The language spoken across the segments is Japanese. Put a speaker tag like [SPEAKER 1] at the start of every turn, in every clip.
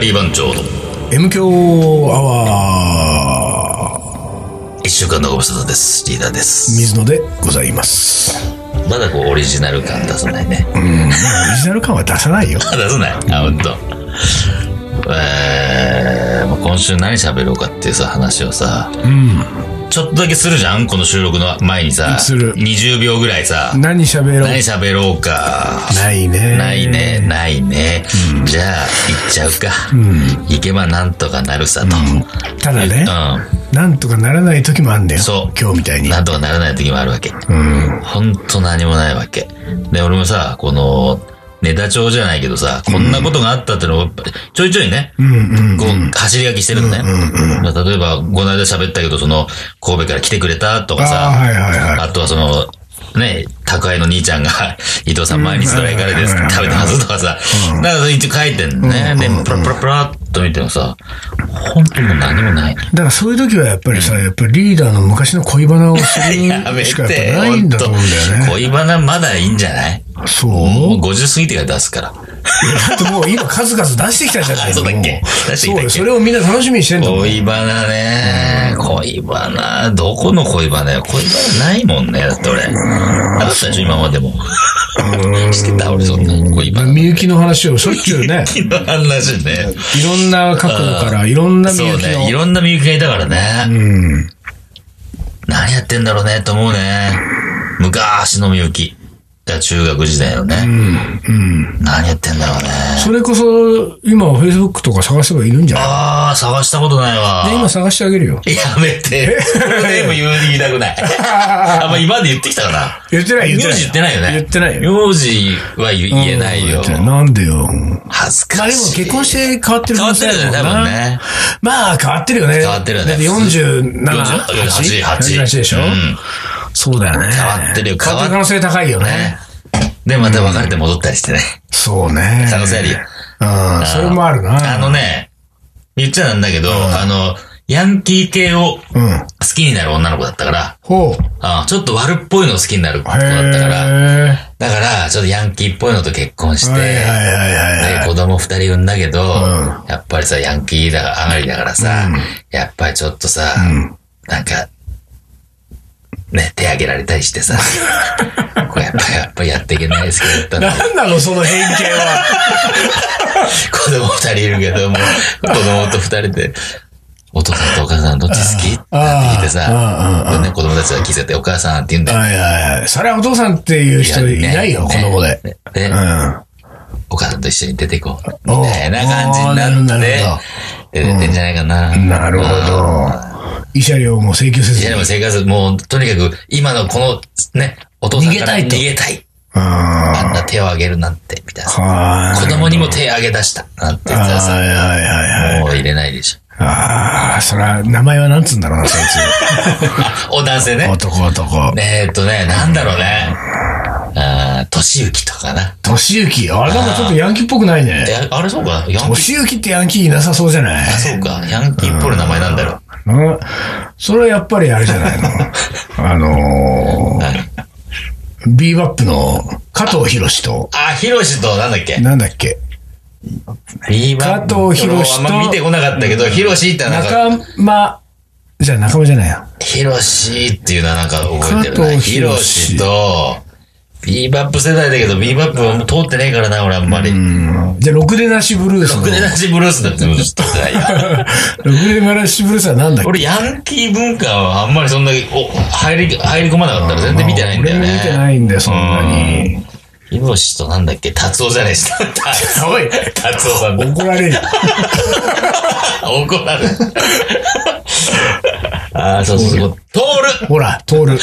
[SPEAKER 1] リー番長の
[SPEAKER 2] M 強アワ
[SPEAKER 1] 一週間のご無沙汰です。リーダーで
[SPEAKER 2] ー
[SPEAKER 1] す。
[SPEAKER 2] 水野でございます。
[SPEAKER 1] まだこうオリジナル感出さないね。
[SPEAKER 2] うん、まあオリジナル感は出さないよ。
[SPEAKER 1] 出さない。あ、ほんと。えー、もう今週何喋ろうかっていうさ、話をさ、
[SPEAKER 2] うん。
[SPEAKER 1] ちょっとだけするじゃんこの収録の前にさ、
[SPEAKER 2] する
[SPEAKER 1] 20秒ぐらいさ、
[SPEAKER 2] 何喋ろ
[SPEAKER 1] 何
[SPEAKER 2] う
[SPEAKER 1] 喋ろうか。
[SPEAKER 2] ないね。
[SPEAKER 1] ないね、。ないね。じゃあ、行っちゃうか。行けばなんとかなるさと。
[SPEAKER 2] ただね、
[SPEAKER 1] う
[SPEAKER 2] なんとかならない時もあんだよ。
[SPEAKER 1] そう
[SPEAKER 2] 今日みたい
[SPEAKER 1] ん。
[SPEAKER 2] に。
[SPEAKER 1] なんとかならない時もあるわけ。
[SPEAKER 2] うん。
[SPEAKER 1] ほんと何もないわけ。で、俺もさ、この、ネタ帳じゃないけどさ、こんなことがあったってのを、ちょいちょいね、
[SPEAKER 2] うんうん。
[SPEAKER 1] こう、走り書きしてるのね。まあ例えば、この間喋ったけど、その、神戸から来てくれたとか
[SPEAKER 2] あーはい
[SPEAKER 1] さ、
[SPEAKER 2] はいはい。
[SPEAKER 1] あとはその、ね、宅配の兄ちゃんが、 伊藤さん毎日ドライカレーです
[SPEAKER 2] うん
[SPEAKER 1] 食べたはずとかさ、だからそれ一応書いてんのね。で、プラプラプラっと見てもさ、ほんともう何もない。
[SPEAKER 2] だからそういう時はやっぱりさ、やっぱりリーダーの昔の恋バナをす
[SPEAKER 1] やめ
[SPEAKER 2] る
[SPEAKER 1] て
[SPEAKER 2] しかやっぱな、いんだと思うんだよね。
[SPEAKER 1] 恋バナまだいいんじゃない
[SPEAKER 2] そう
[SPEAKER 1] もう50過ぎてから出すから。
[SPEAKER 2] だってもう今数々出してきたじゃない
[SPEAKER 1] あそうだっけ
[SPEAKER 2] もう
[SPEAKER 1] 出してきたっけ
[SPEAKER 2] そうよそれをみんな楽しみにしてんだもん。
[SPEAKER 1] 恋バナね。恋バナ。どこの恋バナよ。恋バナないもんね。だって俺。なかったでしょ、今までも。してた俺、そんな恋バナ。
[SPEAKER 2] みゆきの話をしょっちゅうね。
[SPEAKER 1] 昨日話ね。
[SPEAKER 2] いろんな角度から、いろんなみ
[SPEAKER 1] そ
[SPEAKER 2] ゆ
[SPEAKER 1] う
[SPEAKER 2] き
[SPEAKER 1] ね。い
[SPEAKER 2] の。
[SPEAKER 1] ろんなみゆきがいたからね。
[SPEAKER 2] うん。
[SPEAKER 1] 何やってんだろうね、と思うね。昔のみゆき。だから中学時代のね。
[SPEAKER 2] うん。
[SPEAKER 1] 何やってんだろうね。
[SPEAKER 2] それこそ、今、Facebook とか探せばいるんじゃな
[SPEAKER 1] あー、探したことないわ
[SPEAKER 2] い。で、今探してあげるよ。
[SPEAKER 1] やめて。フルネーム言う言いたく ない。あんま今まで言ってきたかな。
[SPEAKER 2] 言ってない、言って
[SPEAKER 1] 名
[SPEAKER 2] ない。
[SPEAKER 1] 字言ってないよね。
[SPEAKER 2] 言ってないよ。
[SPEAKER 1] 名字は言言えないよ
[SPEAKER 2] 言っ。てなんでよ。
[SPEAKER 1] 恥ず
[SPEAKER 2] ま
[SPEAKER 1] か
[SPEAKER 2] あでも
[SPEAKER 1] しい。
[SPEAKER 2] 結婚して変わってる
[SPEAKER 1] 変わってるよね、
[SPEAKER 2] 可能性
[SPEAKER 1] 多
[SPEAKER 2] あもん
[SPEAKER 1] 分
[SPEAKER 2] な
[SPEAKER 1] ね。
[SPEAKER 2] まあ変わってるよね。
[SPEAKER 1] 変わってるよね
[SPEAKER 2] だ
[SPEAKER 1] 48
[SPEAKER 2] 47?48? 48でしょ、
[SPEAKER 1] うん
[SPEAKER 2] そうだよね。
[SPEAKER 1] 変わってるよ
[SPEAKER 2] 変わってる可能性高いよね。
[SPEAKER 1] ね。で、また別れて戻ったりしてね。
[SPEAKER 2] そうね。
[SPEAKER 1] 可能性あるよ。
[SPEAKER 2] うん、それもあるな。
[SPEAKER 1] あのね、言っちゃなんだけど、あの、ヤンキー系を好
[SPEAKER 2] うん。
[SPEAKER 1] きになる女の子だったから、
[SPEAKER 2] ほう。
[SPEAKER 1] あちょっと悪っぽいのを好きになる子だ
[SPEAKER 2] へ
[SPEAKER 1] っ
[SPEAKER 2] え。
[SPEAKER 1] たから、
[SPEAKER 2] はい
[SPEAKER 1] だから、ちょっとヤンキーっぽいのと結婚して、
[SPEAKER 2] はいはいはい
[SPEAKER 1] で、
[SPEAKER 2] はい。
[SPEAKER 1] 子供二人産んだけど、
[SPEAKER 2] ん
[SPEAKER 1] やっぱりさ、ヤンキーだが、上がりだからさ、やっぱりちょっとさ、なんか、ね、手挙げられたりしてさ、 これやっぱ、やっぱやっていけないですけど、だったの
[SPEAKER 2] なんなのその偏見は。
[SPEAKER 1] 子供二人いるけども、子供と二人で、お父さんとお母さんどっち好きってなってきて
[SPEAKER 2] あ
[SPEAKER 1] さ、ね、子供たちが聞いてて、お母さんって言うんだよ。
[SPEAKER 2] はいはいはい。それはお父さんっていう人いないよ、
[SPEAKER 1] ね
[SPEAKER 2] この子で。
[SPEAKER 1] ねね
[SPEAKER 2] うん。あ
[SPEAKER 1] お母さんと一緒に出ていこう。み
[SPEAKER 2] おう
[SPEAKER 1] たいな感じに
[SPEAKER 2] お
[SPEAKER 1] な
[SPEAKER 2] う
[SPEAKER 1] っ
[SPEAKER 2] な
[SPEAKER 1] て
[SPEAKER 2] るほど、
[SPEAKER 1] 出てってんじゃないかな。
[SPEAKER 2] なるほど慰謝料も請求せ
[SPEAKER 1] いやで
[SPEAKER 2] ずに。
[SPEAKER 1] も生活、もう、とにかく、今のこの、ね、お父さんから
[SPEAKER 2] 逃げたい
[SPEAKER 1] 逃
[SPEAKER 2] と
[SPEAKER 1] げたい。
[SPEAKER 2] あ
[SPEAKER 1] あんな手を挙げるなんて、みたいな
[SPEAKER 2] あ。。は
[SPEAKER 1] 子
[SPEAKER 2] い。
[SPEAKER 1] 供にも手を挙げ出した、なんて言ったら
[SPEAKER 2] はい
[SPEAKER 1] さ、
[SPEAKER 2] はいはいはい。
[SPEAKER 1] もう入れないでし ょ。
[SPEAKER 2] ああ、そりゃ、名前はなんつうんだろうな、そいつ。
[SPEAKER 1] あお男性 ね。
[SPEAKER 2] 男男。
[SPEAKER 1] えーっとね、なんだろうね。あー、としゆきとかな。
[SPEAKER 2] 年ゆき。あれなんかちょっとヤンキーっぽくないね。
[SPEAKER 1] え、あれそうかヤンキー、
[SPEAKER 2] 年ゆきってヤンキーいなさそうじゃない
[SPEAKER 1] そうか。ヤンキーっぽい名前なんだろう。
[SPEAKER 2] なそれはやっぱりあれじゃ ないの。あのー、ビーバップの加藤博士と、
[SPEAKER 1] あ、ヒロシと、なんだっけ
[SPEAKER 2] なんだっけ、
[SPEAKER 1] ビーバー
[SPEAKER 2] 加藤博士と
[SPEAKER 1] 俺もあんま見てこなかったけど、ヒロシってなんか、
[SPEAKER 2] 仲間、じゃあ仲間じゃないや。
[SPEAKER 1] ヒロシっていうのはなんか覚えてる
[SPEAKER 2] 加
[SPEAKER 1] な。
[SPEAKER 2] 藤
[SPEAKER 1] ヒロ
[SPEAKER 2] 博
[SPEAKER 1] シ
[SPEAKER 2] 士
[SPEAKER 1] と、ビーバップ世代だけど、ビーバップはもう通ってねえからな、俺あんまり。
[SPEAKER 2] じゃあ、ろくでなしブルースの。
[SPEAKER 1] 僕ね、なしブルースだって通ってないよ。
[SPEAKER 2] ろくでなしブルースはなんだっけ
[SPEAKER 1] 俺、ヤンキー文化はあんまりそんなに、お、入り、入り込まなかったら全然見てないんだよ
[SPEAKER 2] 俺も見て
[SPEAKER 1] ね。
[SPEAKER 2] ないんだよ、そんなに。
[SPEAKER 1] ヒロシとなんだっけ達夫じゃねえし。達
[SPEAKER 2] おい
[SPEAKER 1] 夫さんだ。
[SPEAKER 2] 怒られる。
[SPEAKER 1] 怒られる。ああ、そうそうそう。通る
[SPEAKER 2] ほら、通る。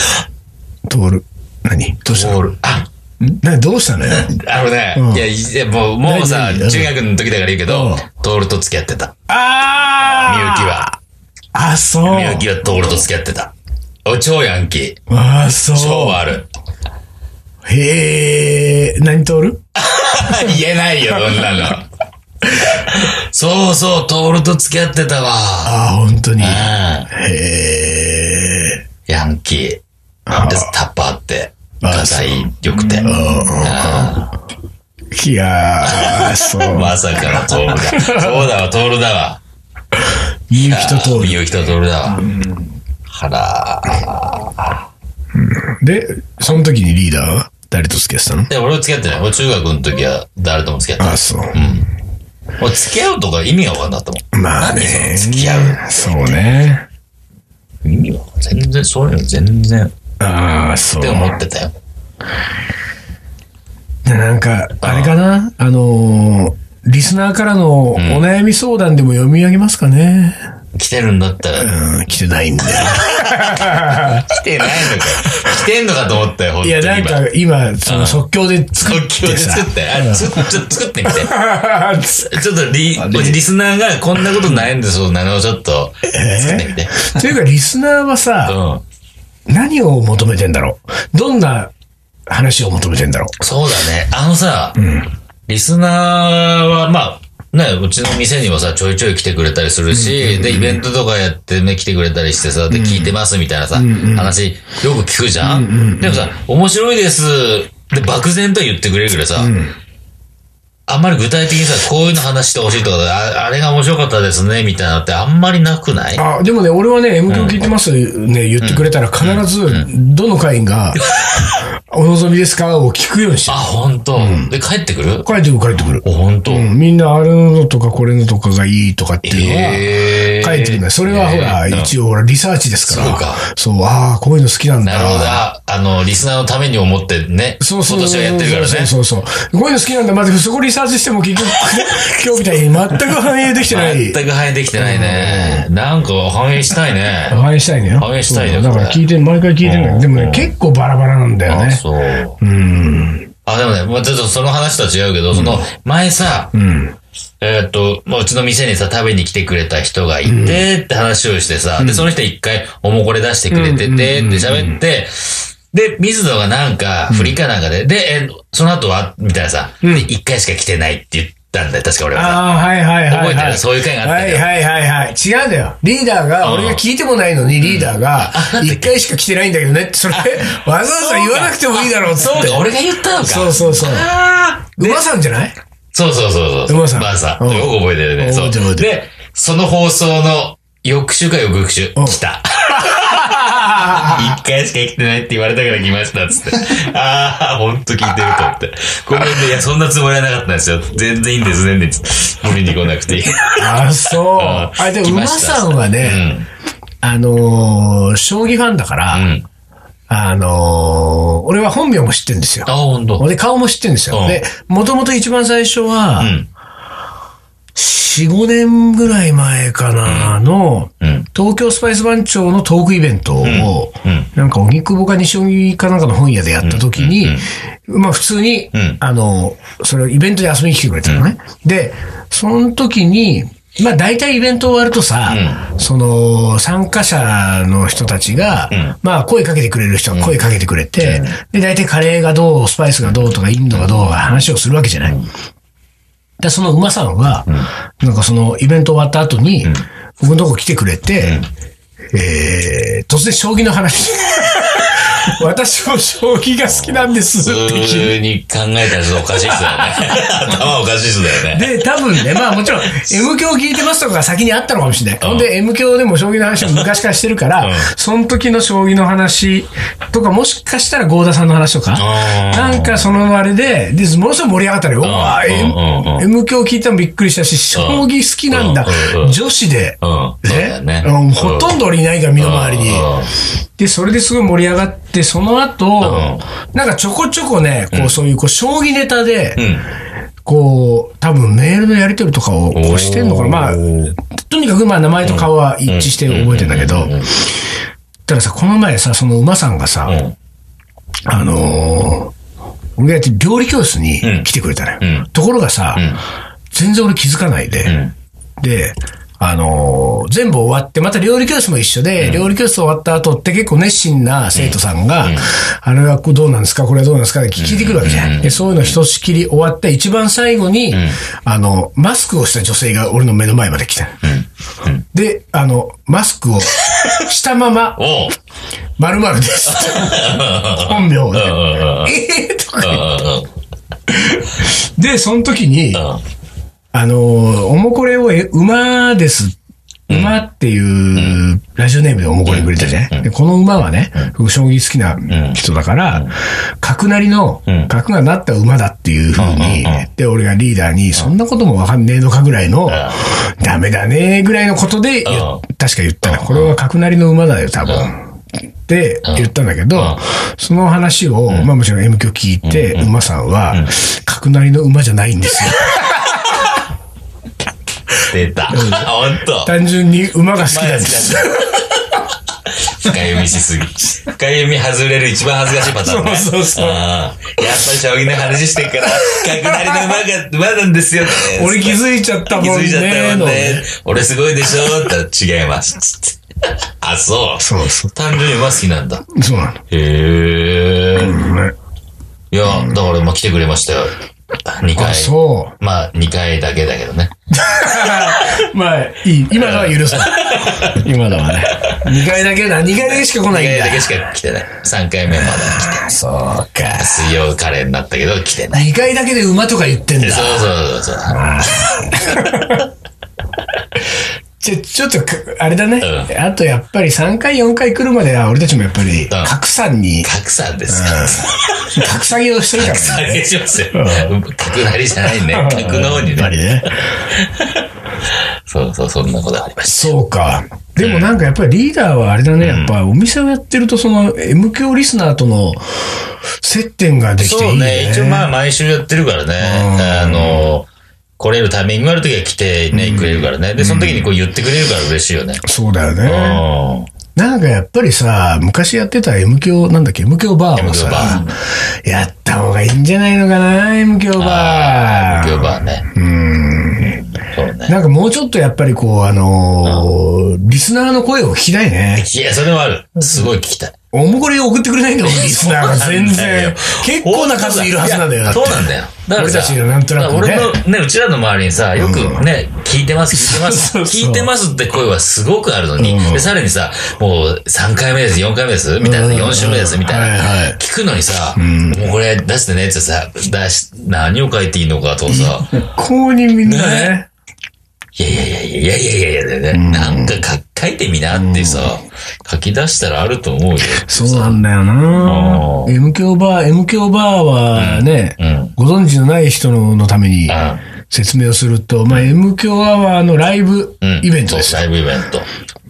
[SPEAKER 2] 通る。何どうした
[SPEAKER 1] 通る。あ、
[SPEAKER 2] ん何どうしたのよ。
[SPEAKER 1] あのね、
[SPEAKER 2] うん
[SPEAKER 1] いやいや、もう、もうさ、
[SPEAKER 2] 何
[SPEAKER 1] 中
[SPEAKER 2] 何
[SPEAKER 1] 学の時だから言うけ
[SPEAKER 2] う
[SPEAKER 1] ど
[SPEAKER 2] ん、
[SPEAKER 1] トールと付き合ってた。みゆき
[SPEAKER 2] あ
[SPEAKER 1] は。
[SPEAKER 2] あ、そう
[SPEAKER 1] み。ゆきはトールと付き合ってた。お、超ヤンキー。
[SPEAKER 2] ああ、そう。
[SPEAKER 1] 超ある。
[SPEAKER 2] へえ、何通る
[SPEAKER 1] 言えない よ、そんなの。そうそう、トールと付き合ってたわ。
[SPEAKER 2] ああ、本当に。
[SPEAKER 1] うん。
[SPEAKER 2] へえ。
[SPEAKER 1] ヤンキー。タッパーって、
[SPEAKER 2] あ
[SPEAKER 1] 硬い、良くて。うん
[SPEAKER 2] あいやー、そう。
[SPEAKER 1] まさかのトールだ。そうだわ、トールだわ。
[SPEAKER 2] みゆきと通
[SPEAKER 1] み
[SPEAKER 2] る。
[SPEAKER 1] ゆきとトールだわ。はら
[SPEAKER 2] で、その時にリーダーは誰と付き合ってたの
[SPEAKER 1] ー。で、俺は付き合ってない。俺中学の時は誰とも付き合って
[SPEAKER 2] あ、そう。
[SPEAKER 1] ない。俺付き合うとか意味が分かんなかったも
[SPEAKER 2] まあね。
[SPEAKER 1] 何その付き合
[SPEAKER 2] そうね。
[SPEAKER 1] ん。意味は全然、そういうの全然。っ
[SPEAKER 2] ああ、そう。
[SPEAKER 1] て思ってたよ。
[SPEAKER 2] でなんか、あれかなあのーリスナーからのお悩み相談でも読み上げますかね。
[SPEAKER 1] 来てるんだったら。
[SPEAKER 2] うん、来てないんだよ。
[SPEAKER 1] 来てないのかよ。来てんのかと思ったよ、本当
[SPEAKER 2] い
[SPEAKER 1] に今。
[SPEAKER 2] や、なんか今、その即興で作
[SPEAKER 1] 即
[SPEAKER 2] っ
[SPEAKER 1] 興
[SPEAKER 2] て
[SPEAKER 1] で
[SPEAKER 2] さ。
[SPEAKER 1] 作って。あ、ちょちょっと作ってみて。
[SPEAKER 2] っ
[SPEAKER 1] ちょっとリ
[SPEAKER 2] れ
[SPEAKER 1] リスナーがこんなこと悩んでそうなのをちょっと作ってみて。
[SPEAKER 2] て。 というか、リスナーは
[SPEAKER 1] う
[SPEAKER 2] さ、
[SPEAKER 1] ん。
[SPEAKER 2] 何を求めてんだろうどんな話を求めてんだろ
[SPEAKER 1] そうだね。あのさ、リスナーは、まあ、ね、うちの店にもさ、ちょいちょい来てくれたりするし、で、イベントとかやってね、来てくれたりしてさ、で、聞いてますみたいなさ、話、よく聞くじゃんでもさ、面白いです、で、漠然と言ってくれるけどさ、あんまり具体的にさ、こういうの話してほしいとか、ああれが面白かったですね、みたいなのってあんまりなくないう
[SPEAKER 2] あ、でもね、俺はね、M 響聞いてますね、言ってくれたら必ず、どの会 員が、お望みですかを聞くようにして
[SPEAKER 1] あ、
[SPEAKER 2] る。
[SPEAKER 1] 本当、で、帰ってくる
[SPEAKER 2] 帰ってくる、帰ってくる。
[SPEAKER 1] お、本当、
[SPEAKER 2] うんみんなあれのとかこれのとかがいいとかっていうのは、
[SPEAKER 1] えー
[SPEAKER 2] 帰ってくるんだよそれはほら、
[SPEAKER 1] えー
[SPEAKER 2] 一応ほら、リサーチですから。
[SPEAKER 1] そうか
[SPEAKER 2] そうああ、こういうの好きなんだ。
[SPEAKER 1] なるほど。ああの、リスナーのために思ってね。
[SPEAKER 2] そうそう。
[SPEAKER 1] 今年はやってるからね。
[SPEAKER 2] そうそうそう。こういうの好きなんだ。まずそこリサーチしても 結局、今日みたいに全く反映できてない。
[SPEAKER 1] 全く反映できてないね。なんか反映したいね。
[SPEAKER 2] 反映したいのよ。
[SPEAKER 1] 反映したいね
[SPEAKER 2] そうだから
[SPEAKER 1] これ
[SPEAKER 2] 聞いて、毎回聞いてるんだけ
[SPEAKER 1] う
[SPEAKER 2] ど、
[SPEAKER 1] ん
[SPEAKER 2] でもね、結構バラバラなんだよ
[SPEAKER 1] あ
[SPEAKER 2] ね。
[SPEAKER 1] そう。あ、でもね、もうちょっとその話とは違うけど、その、前さ、えーっと、まあ、うちの店にさ、食べに来てくれた人がいて、って話をしてさ、で、その人一回、おもこれ出してくれてて、って喋って、で、水野がなんか、振りかなんかで、で、えーその後は、みたいなさ、で一回しか来てないって言ったんだよ、確か俺はさ。
[SPEAKER 2] ああ、はいはいはい、はい。
[SPEAKER 1] 覚えてるそういう回があった
[SPEAKER 2] は
[SPEAKER 1] よ
[SPEAKER 2] いはいはいはい。違うんだよ。リーダーが、
[SPEAKER 1] うん
[SPEAKER 2] 俺が聞いてもないのに、リーダーが
[SPEAKER 1] う、ん
[SPEAKER 2] 一回しか来てないんだけどねって、それ、わざわざ言わなくてもいいだろうっつっ
[SPEAKER 1] そう
[SPEAKER 2] て。
[SPEAKER 1] か、俺が言ったのか。
[SPEAKER 2] そうそうそう。
[SPEAKER 1] あーで
[SPEAKER 2] 馬さんじゃない
[SPEAKER 1] そうそうそうそう。
[SPEAKER 2] 馬さん
[SPEAKER 1] 馬さん。
[SPEAKER 2] うん
[SPEAKER 1] よく覚えてるね。そう
[SPEAKER 2] 覚えてる覚えてる
[SPEAKER 1] で、その放送の翌週か翌々週、
[SPEAKER 2] ん
[SPEAKER 1] 来た。 一回しか来てないって言われたから来ました、つって。 ああ、ほんと聞いてると思って。ごめんね、いや、そんなつもりはなかったんですよ。全然いいんですね、ねつって無理に来なくていい。
[SPEAKER 2] あ、そう。あ、でも
[SPEAKER 1] 来ま
[SPEAKER 2] 馬
[SPEAKER 1] した
[SPEAKER 2] さんは
[SPEAKER 1] う
[SPEAKER 2] ね、
[SPEAKER 1] ん。
[SPEAKER 2] あのー、将棋ファンだから、
[SPEAKER 1] うん。
[SPEAKER 2] あのー、俺は本名も知ってるんですよ
[SPEAKER 1] あ。ほんと。
[SPEAKER 2] 俺顔も知ってるんです
[SPEAKER 1] う
[SPEAKER 2] よ。
[SPEAKER 1] ん
[SPEAKER 2] で、もともと一番最初は
[SPEAKER 1] う、ん。
[SPEAKER 2] 4、5年ぐらい前かな、の、
[SPEAKER 1] うん。
[SPEAKER 2] 東京スパイス番長のトークイベントを、
[SPEAKER 1] うん。
[SPEAKER 2] なんか荻窪か西荻かなんかの本屋でやった時に、まあ普通に、
[SPEAKER 1] ん
[SPEAKER 2] あの、それをイベントで遊びに来てくれたのね。で、その時に、まあ大体イベント終わるとさ、その参加者の人たちが、まあ声かけてくれる人は声かけてくれて、で大体カレーがどう、スパイスがどうとかインドがどうとか話をするわけじゃない。で、その馬さんは、なんかそのイベント終わった後に、僕のとこ来てくれて、えー、突然将棋の話。 私も将棋が好きなんですって
[SPEAKER 1] 普
[SPEAKER 2] 聞いて。
[SPEAKER 1] 通に考えたらちょっとおかしいっすよね。頭おかしいっすよね。
[SPEAKER 2] で、多分ね、まあも ちろん、M 教聞いてますとかが先にあったのかもしれない。ほんで、M 教でも将棋の話を昔からしてるから、その時の将棋の話とか、もしかしたら郷田さんの話とか、なんかそのあれで、で、ものすごい盛り上がったのよ。うわ
[SPEAKER 1] うんうんう
[SPEAKER 2] ぁ、
[SPEAKER 1] ん
[SPEAKER 2] M 教聞いてもびっくりしたし、将棋好きなんだ
[SPEAKER 1] うんうんう。ん
[SPEAKER 2] 女子で。
[SPEAKER 1] うん。そうだよね
[SPEAKER 2] ね。うんほとんど俺いないから、身の回りに
[SPEAKER 1] うんうん。
[SPEAKER 2] で、それですごい盛り上がって、その後、なんかちょこちょこね、こう、そういう、こう、将棋ネタで
[SPEAKER 1] う、ん。
[SPEAKER 2] こう、多分メールのやり取りとかをこうしてんのかな。まあ、とにかくまあ、名前と顔は一致して覚えてんだけど、たださ、この前さ、その馬さんがさ、
[SPEAKER 1] うん
[SPEAKER 2] あのー俺がやってる料理教室に来てくれたのよ。
[SPEAKER 1] うん
[SPEAKER 2] ところがさ、全然俺気づかないで、で、あのー全部終わって、また料理教室も一緒で、料理教室終わった後って結構熱心な生徒さんが、あれはこうどうなんですかこれはどうなんですかって聞いてくるわけじゃん。で、そういうのひとしきり終わって、一番最後に、あの、マスクをした女性が俺の目の前まで来たの、で、あの、マスクをしたまま、
[SPEAKER 1] おう
[SPEAKER 2] まるです。本名で。
[SPEAKER 1] うんうんうん
[SPEAKER 2] ええとか言って。
[SPEAKER 1] うんうん
[SPEAKER 2] で、その時に、
[SPEAKER 1] うん。
[SPEAKER 2] あのー、おもこれを、え馬です。馬っていう、ラジオネームでおもこれくれたじゃない、でこの馬はね、僕将棋好きな人だから、角なりの
[SPEAKER 1] うん、
[SPEAKER 2] 角がなった馬だっていうふうに、
[SPEAKER 1] うんうんうん
[SPEAKER 2] で、俺がリーダーに、そんなこともわかんねえのかぐらいの、ダメだねぐらいのことで言っ、
[SPEAKER 1] うん
[SPEAKER 2] 確か言ったの。これは角なりの馬だよ、多分。って言ったんだけど、
[SPEAKER 1] うん
[SPEAKER 2] その話を、まあもちろん M 響聞いて、馬さんは、角なりの馬じゃないんですよ。
[SPEAKER 1] 出た。ほんと。
[SPEAKER 2] 単純に馬が好きなんです。
[SPEAKER 1] 深読みしすぎ。深読み外れる一番恥ずかしいパターンね。
[SPEAKER 2] そうそうそうん
[SPEAKER 1] やっぱり将棋の話してるから、角なりの馬が、馬なんですよね。
[SPEAKER 2] 俺気づいちゃった
[SPEAKER 1] 気
[SPEAKER 2] もんね。
[SPEAKER 1] づいちゃったもんね
[SPEAKER 2] の。
[SPEAKER 1] 俺すごいでしょって違います。つって。あ、そう。
[SPEAKER 2] そうそ
[SPEAKER 1] 単純に馬好きなんだ。
[SPEAKER 2] う。そうなの。
[SPEAKER 1] へえ。
[SPEAKER 2] ね
[SPEAKER 1] いや、だからまあ来てくれましたよ。2
[SPEAKER 2] あ、
[SPEAKER 1] 回。
[SPEAKER 2] そ
[SPEAKER 1] まあ2回だけだけどね。
[SPEAKER 2] う。まあ、いい。今のは許さない。今のはね。2回だけだ。2回だけしか来な
[SPEAKER 1] 2
[SPEAKER 2] いん
[SPEAKER 1] 回
[SPEAKER 2] だ
[SPEAKER 1] だ。けしか来てない。3回目まだ来てない。
[SPEAKER 2] そうか。
[SPEAKER 1] 水曜カレーになったけど来てない。
[SPEAKER 2] 2回だけで馬とか言ってんだ。
[SPEAKER 1] そうそうそうそう。
[SPEAKER 2] ちょ、ちょっとか、あれだね。
[SPEAKER 1] う
[SPEAKER 2] あとやっぱり3回、4回来るまでは、俺たちもやっぱり、格差に、
[SPEAKER 1] 格差です
[SPEAKER 2] 格下げをしてるからね。
[SPEAKER 1] 格差にしますよ。格なりじゃないね。格の方に
[SPEAKER 2] やっぱり
[SPEAKER 1] ね。
[SPEAKER 2] ね。
[SPEAKER 1] そうそう、そんなことがありまし
[SPEAKER 2] そうか。でもなんかやっぱりリーダーはあれだね、やっぱお店をやってると、その M 響リスナーとの接点がで
[SPEAKER 1] た。
[SPEAKER 2] きて
[SPEAKER 1] そ
[SPEAKER 2] いいうね。
[SPEAKER 1] ね。一応まあ毎週やってるからね。あの、来れるタイミングがあるときは来てね、くれるからね。で、その時にこう言ってくれるから嬉しいよね。
[SPEAKER 2] そうだよ
[SPEAKER 1] う
[SPEAKER 2] ね。
[SPEAKER 1] ん。
[SPEAKER 2] なんかやっぱりさ、昔やってた M 響、なんだっけ、M 響バーも
[SPEAKER 1] M 響
[SPEAKER 2] さ
[SPEAKER 1] バ、
[SPEAKER 2] やった方がいいんじゃないのかな、M 響バー。
[SPEAKER 1] 今日はね。そうね。
[SPEAKER 2] なんかもうちょっとやっぱりこう、あのーリスナーの声を聞きたいね。
[SPEAKER 1] いや、それはある。すごい聞きたい。
[SPEAKER 2] おもこれ送ってくれないんだもん、リスナーが全
[SPEAKER 1] そうなんだ
[SPEAKER 2] 然
[SPEAKER 1] よ。
[SPEAKER 2] 結構な数いるはずなんだよ。だって
[SPEAKER 1] そうなんだよ。だから
[SPEAKER 2] 俺た
[SPEAKER 1] さ
[SPEAKER 2] ちがなんとなくね
[SPEAKER 1] だから俺のね、うちらの周りにさ、よくね、聞いてます、聞いてます、
[SPEAKER 2] そうそうそう
[SPEAKER 1] 聞いてますって声はすごくあるのに、
[SPEAKER 2] うん
[SPEAKER 1] で、さらにさ、もう3回目です、4回目です、みたいな、
[SPEAKER 2] うん
[SPEAKER 1] 4週目です、みたいな、
[SPEAKER 2] はいはい
[SPEAKER 1] 聞くのにさ、もうこれ出してねってさ、出し、何を書いていいのかとさ、
[SPEAKER 2] 公認みんなね
[SPEAKER 1] ね。いやいやいやいやいやいやいやいや、なんか書書いてみなってさ、書き出したらあると思うよ。
[SPEAKER 2] そうなんだよな
[SPEAKER 1] あ。ー
[SPEAKER 2] M 響バー、M 響バーはね、
[SPEAKER 1] うん。
[SPEAKER 2] ご存知のない人のために
[SPEAKER 1] あ
[SPEAKER 2] 説明をすると、まあ、M 響アワーのライブ
[SPEAKER 1] うん。
[SPEAKER 2] イベントです
[SPEAKER 1] そう
[SPEAKER 2] よ
[SPEAKER 1] ライブイベント。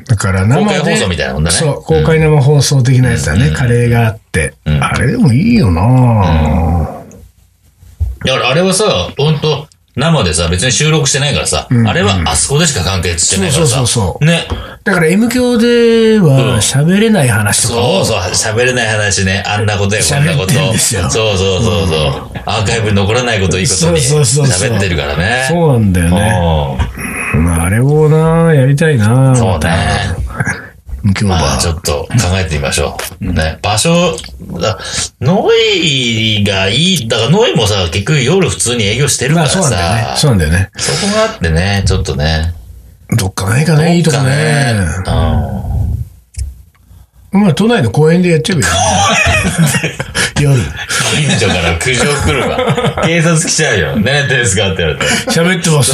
[SPEAKER 2] だから生で。
[SPEAKER 1] 公開放送みたいなもんだね
[SPEAKER 2] そう、公開生放送的なやつだね。カレーがあって。
[SPEAKER 1] ん
[SPEAKER 2] あれでもいいよな、
[SPEAKER 1] だからあれはさ、ほんと、生でさ、別に収録してないからさ、あれはあそこでしか完結してないからさ。
[SPEAKER 2] そうそうそうそう
[SPEAKER 1] ね。
[SPEAKER 2] だから M 響で
[SPEAKER 1] うん
[SPEAKER 2] は喋れない話とか
[SPEAKER 1] そ
[SPEAKER 2] を
[SPEAKER 1] うそう、喋れない話ね。あんなことやこんなこと。
[SPEAKER 2] 喋ってんですよ
[SPEAKER 1] そうそうそうそう。アーカイブに残らないことをいいことに
[SPEAKER 2] そうそうそうそう
[SPEAKER 1] 喋ってるからね。
[SPEAKER 2] そうなんだよね。
[SPEAKER 1] ね。
[SPEAKER 2] まあ、あれをな、やりたいな。
[SPEAKER 1] そう
[SPEAKER 2] また
[SPEAKER 1] ね。
[SPEAKER 2] M 響バー。
[SPEAKER 1] まあ、ちょっと考えてみましょう。ね。場所、だノイがいい。だからノイもさ、結局夜普通に営業してるか
[SPEAKER 2] まあ、
[SPEAKER 1] ら
[SPEAKER 2] そうなんだよね
[SPEAKER 1] さ。。
[SPEAKER 2] そうなんだよね。
[SPEAKER 1] そこがあってね、ちょっとね。
[SPEAKER 2] どっかないかね、いいとこね。
[SPEAKER 1] どっかねうん。
[SPEAKER 2] まあ、都内の公園でやっちゃえばいいよ。夜。
[SPEAKER 1] 近所から苦情来るわ。警察来ちゃうよ。ねえ、手ですかって言われて。
[SPEAKER 2] 喋ってます。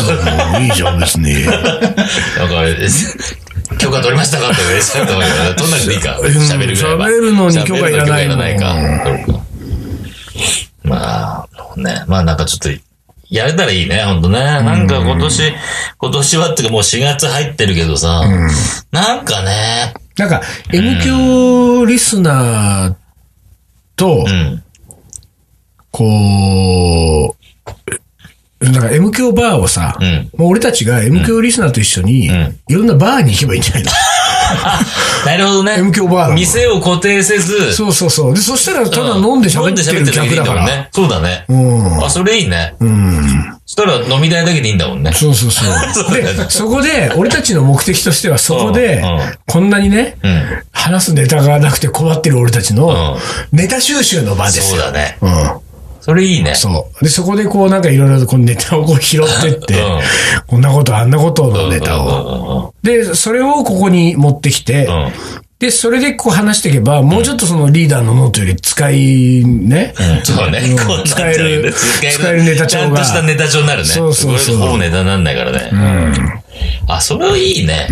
[SPEAKER 2] いいじゃん、別に。
[SPEAKER 1] なんかあれです。許可取りましたかって嬉しかったわけだから。取んなくていいか。喋るぐらいは。
[SPEAKER 2] 喋るのに許可いらない
[SPEAKER 1] 喋る
[SPEAKER 2] もん
[SPEAKER 1] のに許可いらないか。そうかまあ、ね。まあなんかちょっと、やれたらいいね、ほんとね。なんか今年、今年はっていうかもう4月入ってるけどさ、なんかね、
[SPEAKER 2] なんか、M 響リスナーと
[SPEAKER 1] う、ん。
[SPEAKER 2] こう、なんか M 響バーをさ、
[SPEAKER 1] うん。
[SPEAKER 2] もう俺たちが M 響リスナーと一緒に、
[SPEAKER 1] ん
[SPEAKER 2] いろんなバーに行けばいいんじゃ な
[SPEAKER 1] な
[SPEAKER 2] いの
[SPEAKER 1] るほどね。
[SPEAKER 2] M 響バーだもん
[SPEAKER 1] 店を固定せず、
[SPEAKER 2] そうそうそう。で、そしたらただ飲んで喋ってる客だから。
[SPEAKER 1] ね。そうだね。
[SPEAKER 2] う
[SPEAKER 1] あ、それいいね。
[SPEAKER 2] ん。うん。
[SPEAKER 1] そしたら飲み代だけでいいんだもんね。
[SPEAKER 2] そうそうそ。
[SPEAKER 1] そううだね
[SPEAKER 2] で、そこで、俺たちの目的としては、そこで
[SPEAKER 1] うんうん、
[SPEAKER 2] こんなにね、
[SPEAKER 1] うん。
[SPEAKER 2] 話すネタがなくて困ってる俺たちの
[SPEAKER 1] うん、
[SPEAKER 2] ネタ収集の場です
[SPEAKER 1] そう
[SPEAKER 2] よ。
[SPEAKER 1] だね。
[SPEAKER 2] うん。
[SPEAKER 1] それいいね。
[SPEAKER 2] そう。で、そこでこう、なんかいろいろこうネタをこう拾ってって
[SPEAKER 1] うん、
[SPEAKER 2] こんなこと、あんなことのネタを。
[SPEAKER 1] を。
[SPEAKER 2] で、それをここに持ってきて
[SPEAKER 1] うん、
[SPEAKER 2] で、それでこう話していけば、もうちょっとそのリーダーのノートより使いね、
[SPEAKER 1] そうね。
[SPEAKER 2] ん
[SPEAKER 1] こうなっち
[SPEAKER 2] 使
[SPEAKER 1] ゃ
[SPEAKER 2] え
[SPEAKER 1] うよね
[SPEAKER 2] る、使えるネタ
[SPEAKER 1] ち
[SPEAKER 2] 帳
[SPEAKER 1] ゃんと
[SPEAKER 2] が。
[SPEAKER 1] したネタ帳になるね。
[SPEAKER 2] そうそうそう
[SPEAKER 1] これほぼネタになんないからね。あ、それいいね。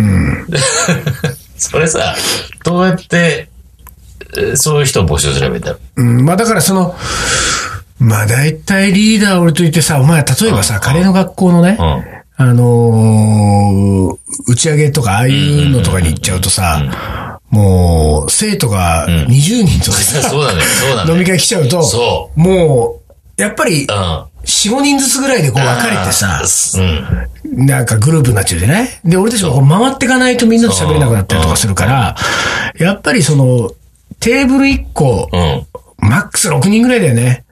[SPEAKER 1] それさ、どうやって、えーそういう人を募集すればいいんだろう。
[SPEAKER 2] うん、まあだからその、まあ大体リーダー俺と言ってさ、お前例えばさ、カレーの学校のね、
[SPEAKER 1] うん
[SPEAKER 2] あのー打ち上げとかああいうのとかに行っちゃうとさ、もう生徒が20人とか
[SPEAKER 1] 実は
[SPEAKER 2] さ、
[SPEAKER 1] そうなのよ。そうなの
[SPEAKER 2] 飲
[SPEAKER 1] よ。
[SPEAKER 2] み会来ちゃうと、
[SPEAKER 1] そ
[SPEAKER 2] もう、やっぱり
[SPEAKER 1] う。う、ん。
[SPEAKER 2] 4、5人ずつぐらいでこう分かれてさ、
[SPEAKER 1] うん。
[SPEAKER 2] なんかグループになっちゃうじゃないで、俺たちもこう回っていかないとみんなと喋れなくなったりとかするから、やっぱりその、テーブル1個、
[SPEAKER 1] うん。
[SPEAKER 2] マックス6人ぐらいだよね。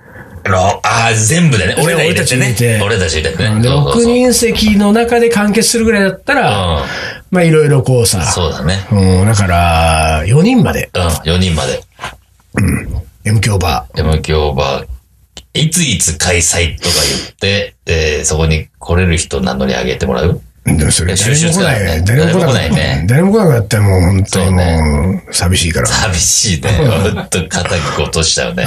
[SPEAKER 1] ろあー、全部でね。俺ら入れて
[SPEAKER 2] 俺たち入れ
[SPEAKER 1] ね
[SPEAKER 2] て。
[SPEAKER 1] 俺たち入れてね。
[SPEAKER 2] で
[SPEAKER 1] そうそう
[SPEAKER 2] 6
[SPEAKER 1] そう
[SPEAKER 2] 人席の中で完結するぐらいだったら、まあいろいろこうさ、
[SPEAKER 1] そうだね。
[SPEAKER 2] うん、だから、4人まで、
[SPEAKER 1] うん。4人まで。
[SPEAKER 2] M 強バ
[SPEAKER 1] でも今日はいついつ開催とか言って、えーそこに来れる人名乗り上げてもらう
[SPEAKER 2] ー。でもそれ
[SPEAKER 1] いや
[SPEAKER 2] 誰も来ないね。
[SPEAKER 1] 収集つかないね
[SPEAKER 2] 誰も来ないね。誰も来なくなったらもう本当にもう寂しいから。
[SPEAKER 1] 寂しいね。ほんと肩が落としちゃうね。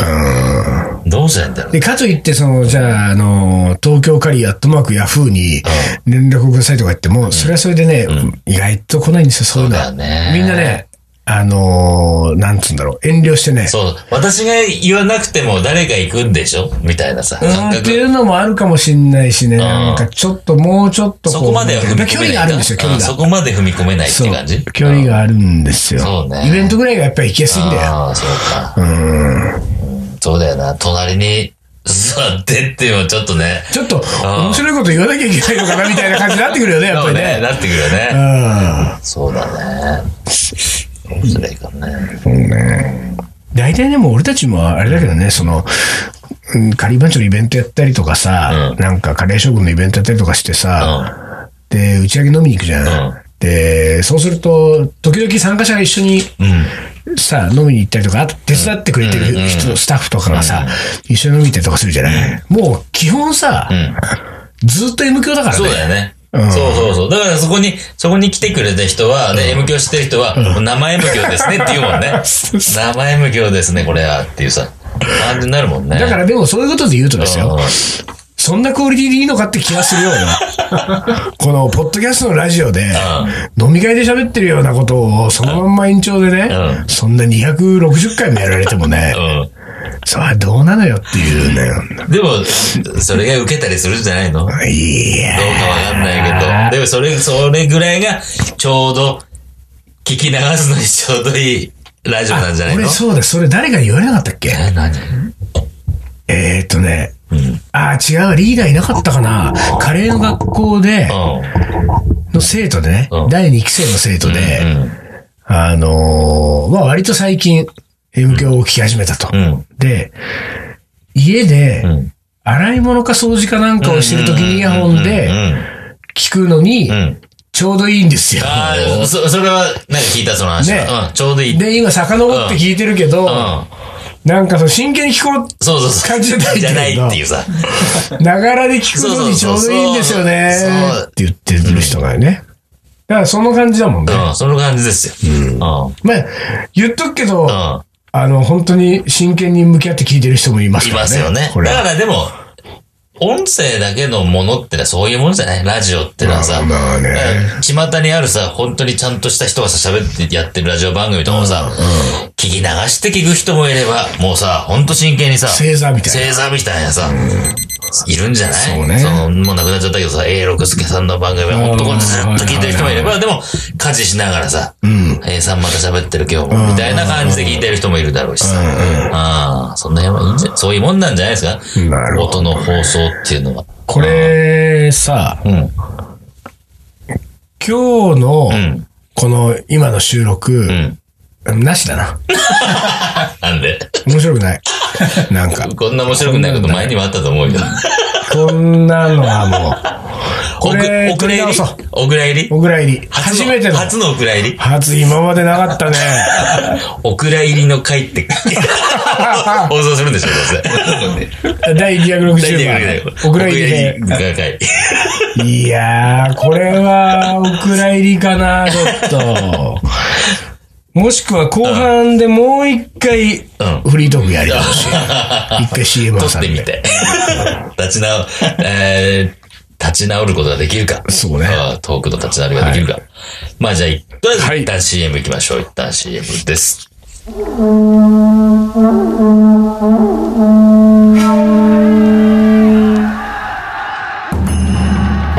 [SPEAKER 1] どうしたらいいんだろう
[SPEAKER 2] で、。かといって、その、じゃあ、あの、東京カリーアットマークヤフーに連絡をくださいとか言っても、それはそれでね、意外と来ないんですよ、そういうのは。
[SPEAKER 1] そうだよね
[SPEAKER 2] みんなね、あのー、なんつうんだろう、遠慮してね。
[SPEAKER 1] そう、私が言わなくても誰が行くんでしょみたいなさ。
[SPEAKER 2] うん
[SPEAKER 1] 感
[SPEAKER 2] って
[SPEAKER 1] 覚
[SPEAKER 2] いうのもあるかもしんないしね、なんかちょっともうちょっとう
[SPEAKER 1] そこまでは踏み込めないんだ。
[SPEAKER 2] 距離があるんですよ、距離
[SPEAKER 1] うん
[SPEAKER 2] が。
[SPEAKER 1] そこまで踏み込めないって
[SPEAKER 2] そう
[SPEAKER 1] 感じ
[SPEAKER 2] 距離があるんですよ。
[SPEAKER 1] そうね
[SPEAKER 2] イベントぐらいがやっぱり行きやすいんだよ。
[SPEAKER 1] ああ、そうか。うん。そうだよな。隣に座ってっていうのはちょっとね。
[SPEAKER 2] ちょっと、
[SPEAKER 1] ん
[SPEAKER 2] 面白いこと言わなきゃいけないのかな、みたいな感じになってくるよね、やっぱ
[SPEAKER 1] そう
[SPEAKER 2] り
[SPEAKER 1] ね。
[SPEAKER 2] ね。
[SPEAKER 1] なってくるよ
[SPEAKER 2] う
[SPEAKER 1] ね。
[SPEAKER 2] ん。
[SPEAKER 1] そうだね。面白いからね。
[SPEAKER 2] 大体でも俺たちもあれだけどね、その、うん、カリー番長のイベントやったりとかさ、なんかカレー将軍のイベントやったりとかしてさ、で、打ち上げ飲みに行くじゃん。
[SPEAKER 1] うん
[SPEAKER 2] で、そうすると、時々参加者が一緒に
[SPEAKER 1] うん。
[SPEAKER 2] さ、飲みに行ったりとか、あと手伝ってくれてる人、スタッフとかがさ、一緒に飲みに行ったりとかするじゃない。もう基本さ、
[SPEAKER 1] ん
[SPEAKER 2] ずっと M 響だから
[SPEAKER 1] そう
[SPEAKER 2] ね。
[SPEAKER 1] だよね。そうそうそう。だからそこに、そこに来てくれた人は、ね、M 教してる人は、生 M 教ですねって言うもんね。 生 M 教ですね、これは。っていうさ、感じになるもんね。
[SPEAKER 2] だからでもそういうことで言うとですよ、
[SPEAKER 1] う
[SPEAKER 2] そんなクオリティでいいのかって気がするよ、俺 はこの、ポッドキャストのラジオで、飲み会で喋ってるようなことを、そのまんま延長でね、
[SPEAKER 1] う
[SPEAKER 2] そんな260回もやられてもね、
[SPEAKER 1] ん。
[SPEAKER 2] それはどうなのよっていうね。
[SPEAKER 1] うん。でも、それが受けたりするんじゃないのどうか
[SPEAKER 2] いや
[SPEAKER 1] わかんないけど。でもそれ、それぐらいが、ちょうど、聞き流すのにちょうどいいラジオなんじゃないの
[SPEAKER 2] 俺、そうだ、それ誰が言われなかったっけ
[SPEAKER 1] え、何
[SPEAKER 2] えーっとね、ああ、違う、リーダーいなかったかな。カレーの学校で、の生徒でね、
[SPEAKER 1] うん
[SPEAKER 2] 第2期生の生徒で、
[SPEAKER 1] う
[SPEAKER 2] あのーまあ割と最近、M 響を聞き始めたと。
[SPEAKER 1] ん。うん。
[SPEAKER 2] で、家で
[SPEAKER 1] ん、
[SPEAKER 2] 洗い物か掃除かなんかをしてる時にイヤホン
[SPEAKER 1] う
[SPEAKER 2] で
[SPEAKER 1] ん。
[SPEAKER 2] 聞くのに
[SPEAKER 1] う、ん。
[SPEAKER 2] ちょうどいいんですよ。
[SPEAKER 1] ああ、そ、それは、なんか聞いた、その話は、
[SPEAKER 2] ね
[SPEAKER 1] うん、ちょうどいい。うん。
[SPEAKER 2] で、今遡って聞いてるけど、なんかその真剣に聞こ
[SPEAKER 1] そうそうそう。
[SPEAKER 2] 感じじゃないけ
[SPEAKER 1] じ
[SPEAKER 2] ど
[SPEAKER 1] ゃないっていうさ。
[SPEAKER 2] う、ながらで聞くのにちょうどいいんですよね
[SPEAKER 1] そうそうそうそう、
[SPEAKER 2] って言ってる人がね。だからその感じだもんね。
[SPEAKER 1] うん、その感じですよ。うん。うん。
[SPEAKER 2] まあ、言っとくけど、あの、本当に真剣に向き合って聞いてる人もいます
[SPEAKER 1] い
[SPEAKER 2] か
[SPEAKER 1] ま
[SPEAKER 2] らね。
[SPEAKER 1] すよね。
[SPEAKER 2] これ
[SPEAKER 1] だか
[SPEAKER 2] は。
[SPEAKER 1] らでも、音声だけのものってのはそういうものじゃないラジオってのはさ。
[SPEAKER 2] まあね
[SPEAKER 1] ちまたにあるさ、本当にちゃんとした人がさ、喋ってやってるラジオ番組とかもさ、聞き流して聞く人もいれば、もうさ、ほんと真剣にさ、
[SPEAKER 2] 正座みたいな。
[SPEAKER 1] 星座みたいなさ、いるんじゃない
[SPEAKER 2] そうね
[SPEAKER 1] のもう亡くなっちゃったけどさ、A 六輔さんの番組はほんとこれずっと聞いてる人もいれば、でも、家事しながらさ、A さんまた喋ってる今日も、みたいな感じで聞いてる人もいるだろうしさ、ああ、その辺はいいんじゃ、そういうもんなんじゃないですか
[SPEAKER 2] なるほ
[SPEAKER 1] 音の放送っていうのは。
[SPEAKER 2] これさ、
[SPEAKER 1] うん。
[SPEAKER 2] 今日の、
[SPEAKER 1] うん。
[SPEAKER 2] この今の収録
[SPEAKER 1] う、ん。
[SPEAKER 2] なしだな。
[SPEAKER 1] なんで
[SPEAKER 2] 面白 くない。なんか、
[SPEAKER 1] こんな面白くないこと前にもあったと思うよ。
[SPEAKER 2] こんなのは
[SPEAKER 1] お
[SPEAKER 2] これ
[SPEAKER 1] くお蔵入
[SPEAKER 2] 取り直
[SPEAKER 1] り
[SPEAKER 2] そう
[SPEAKER 1] お蔵入り
[SPEAKER 2] もう、お蔵入り。
[SPEAKER 1] 初
[SPEAKER 2] 初めての。
[SPEAKER 1] 初のお蔵入り
[SPEAKER 2] 初、今までなかったね。
[SPEAKER 1] お蔵入りの会 って放送するんでしょ、どうせ。
[SPEAKER 2] 第
[SPEAKER 1] 大
[SPEAKER 2] 260
[SPEAKER 1] 体
[SPEAKER 2] 番
[SPEAKER 1] ぐらい。
[SPEAKER 2] お蔵入りで。
[SPEAKER 1] がかい。
[SPEAKER 2] い やー、これは、お蔵入りかな、ちょっと。もしくは後半でもう一回
[SPEAKER 1] うん、
[SPEAKER 2] フリートークやりたいし、一回 CM
[SPEAKER 1] 撮
[SPEAKER 2] 挟
[SPEAKER 1] っ
[SPEAKER 2] ん
[SPEAKER 1] て
[SPEAKER 2] で。
[SPEAKER 1] みて。立ち直、えー、立ち直ることができるか。
[SPEAKER 2] そうね
[SPEAKER 1] あートークの立ち直りができるか。まあじゃあ、とりあ
[SPEAKER 2] は
[SPEAKER 1] えず
[SPEAKER 2] い
[SPEAKER 1] 一旦 CM 行きましょう。一旦 CM です。